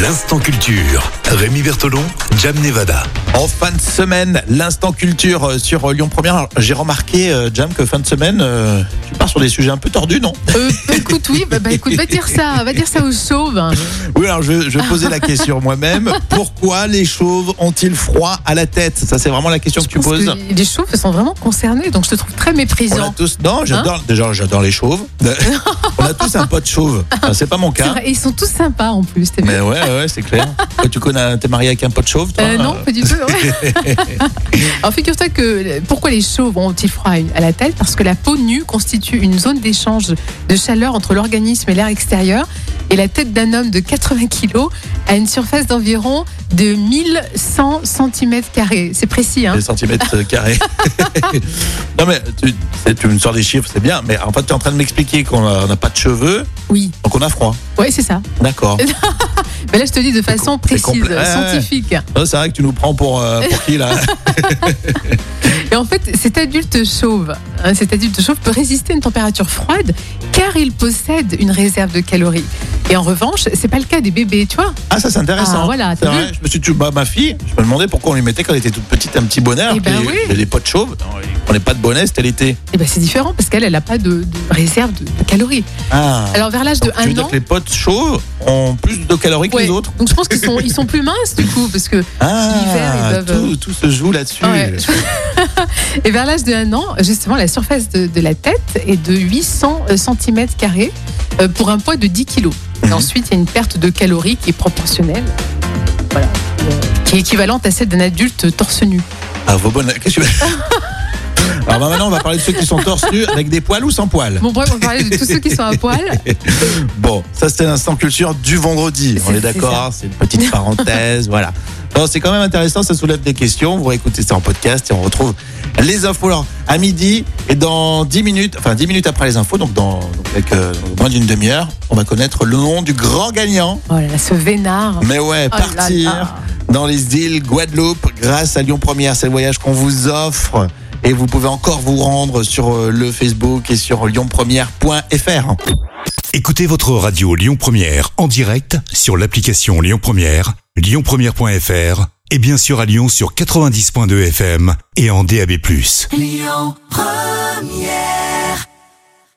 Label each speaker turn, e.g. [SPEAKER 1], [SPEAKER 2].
[SPEAKER 1] L'instant culture. Rémi Bertolon, Jam Nevada.
[SPEAKER 2] En fin de semaine, l'instant culture euh, sur euh, Lyon Première. Alors, J'ai remarqué, euh, Jam, que fin de semaine, euh, tu pars sur des sujets un peu tordus, non
[SPEAKER 3] Euh, bah, écoute, oui, bah, bah, écoute, va dire ça, va dire ça aux chauves.
[SPEAKER 2] Oui, alors je, je posais la question moi-même. Pourquoi les chauves ont-ils froid à la tête Ça, c'est vraiment la question que tu
[SPEAKER 3] Parce
[SPEAKER 2] poses. Oh
[SPEAKER 3] que les chauves sont vraiment concernés, donc je te trouve très
[SPEAKER 2] On a
[SPEAKER 3] méprisant.
[SPEAKER 2] tous. Non, j'adore. déjà, j'adore les chauves. On a tous un pote chauve. Enfin, c'est pas mon
[SPEAKER 3] C'est
[SPEAKER 2] cas.
[SPEAKER 3] vrai, et ils sont tous sympas en plus. t'as vu
[SPEAKER 2] Mais ouais, ouais, c'est clair. Toi, tu connais, un- t'es marié avec un pote chauve, toi
[SPEAKER 3] Euh, non, pas du tout. ouais. Alors figure-toi que euh, pourquoi les chauves ont-ils froid à- à la tête Parce que la peau nue constitue une zone d'échange de chaleur entre l'organisme et l'air extérieur. Et la tête d'un homme de 80 kg a une surface d'environ de 1100 cm. C'est précis, hein
[SPEAKER 2] Des centimètres euh, carrés. non mais tu, c'est- tu me sors des chiffres, c'est bien. Mais en fait, tu es en train de m'expliquer qu'on a- on n'a pas de cheveux,
[SPEAKER 3] Oui.
[SPEAKER 2] donc on a froid.
[SPEAKER 3] Oui, c'est ça.
[SPEAKER 2] D'accord.
[SPEAKER 3] Mais là, je te dis de façon
[SPEAKER 2] c'est
[SPEAKER 3] précise,
[SPEAKER 2] complet. Ouais, ouais.
[SPEAKER 3] scientifique.
[SPEAKER 2] Ah, c'est vrai que tu nous prends pour, euh, pour qui là
[SPEAKER 3] Et en fait, cet adulte chauve, hein, cet adulte chauve peut résister à une température froide car il possède une réserve de calories. Et en revanche, c'est pas le cas des bébés, tu vois.
[SPEAKER 2] Ah ça c'est intéressant.
[SPEAKER 3] Ah, voilà,
[SPEAKER 2] C'est
[SPEAKER 3] t'as
[SPEAKER 2] vrai,
[SPEAKER 3] vu
[SPEAKER 2] je me suis dit, bah, ma fille, je me demandais pourquoi on lui mettait quand elle était toute petite un petit bonnet.
[SPEAKER 3] Eh ben
[SPEAKER 2] puis
[SPEAKER 3] oui.
[SPEAKER 2] J'ai des potes chauves, on n'est pas de bonnet, c'était l'été.
[SPEAKER 3] Et ben c'est différent parce qu'elle, elle n'a pas de, de réserve de, de calories.
[SPEAKER 2] Ah.
[SPEAKER 3] Alors vers l'âge de
[SPEAKER 2] Donc, tu veux
[SPEAKER 3] 1
[SPEAKER 2] dire
[SPEAKER 3] an.
[SPEAKER 2] que les potes chauves ont plus de calories que
[SPEAKER 3] ouais.
[SPEAKER 2] les autres
[SPEAKER 3] Donc je pense qu'ils sont, ils sont plus minces du coup parce que
[SPEAKER 2] Ah,
[SPEAKER 3] L'hiver, ils doivent-
[SPEAKER 2] tout, tout se joue là-dessus.
[SPEAKER 3] Ouais. et vers l'âge de 1 an, justement la surface de, de la tête est de euh, 800 cm euh, pour un poids de 10 kg. Et
[SPEAKER 2] Mhm.
[SPEAKER 3] Ensuite, il y a une perte de calories qui est proportionnelle. Voilà. euh, Qui est équivalente à celle d'un adulte torse nu.
[SPEAKER 2] Ah, vos bonnes. Qu'est-ce que tu veux Alors bah, maintenant, on va parler de ceux qui sont torse nu avec des poils ou sans poils.
[SPEAKER 3] Bon, bref, on parlait de tous ceux qui sont à poil.
[SPEAKER 2] Bon, ça c'était l'instant culture du vendredi. On
[SPEAKER 3] C'est-
[SPEAKER 2] est d'accord,
[SPEAKER 3] c'est ça.
[SPEAKER 2] hein, c'est une petite parenthèse, voilà. Bon, c'est quand même intéressant, ça soulève des questions. Vous réécoutez ça en podcast et on retrouve les infos alors, à midi et dans 10 minutes, enfin 10 minutes après les infos, donc dans donc, avec, euh, moins d'une demi-heure, on va connaître le nom du grand gagnant.
[SPEAKER 3] Oh là là, ce vénard.
[SPEAKER 2] Mais ouais,
[SPEAKER 3] Oh là
[SPEAKER 2] partir
[SPEAKER 3] là.
[SPEAKER 2] dans les îles Guadeloupe grâce à Lyon Première. C'est le voyage qu'on vous offre. Et vous pouvez encore vous rendre sur euh, le Facebook et sur lyonpremière.fr.
[SPEAKER 1] Écoutez votre radio Lyon Première en direct sur l'application Lyon Première, lyonpremière.fr et bien sûr à Lyon sur 90.2 FM et en DAB+.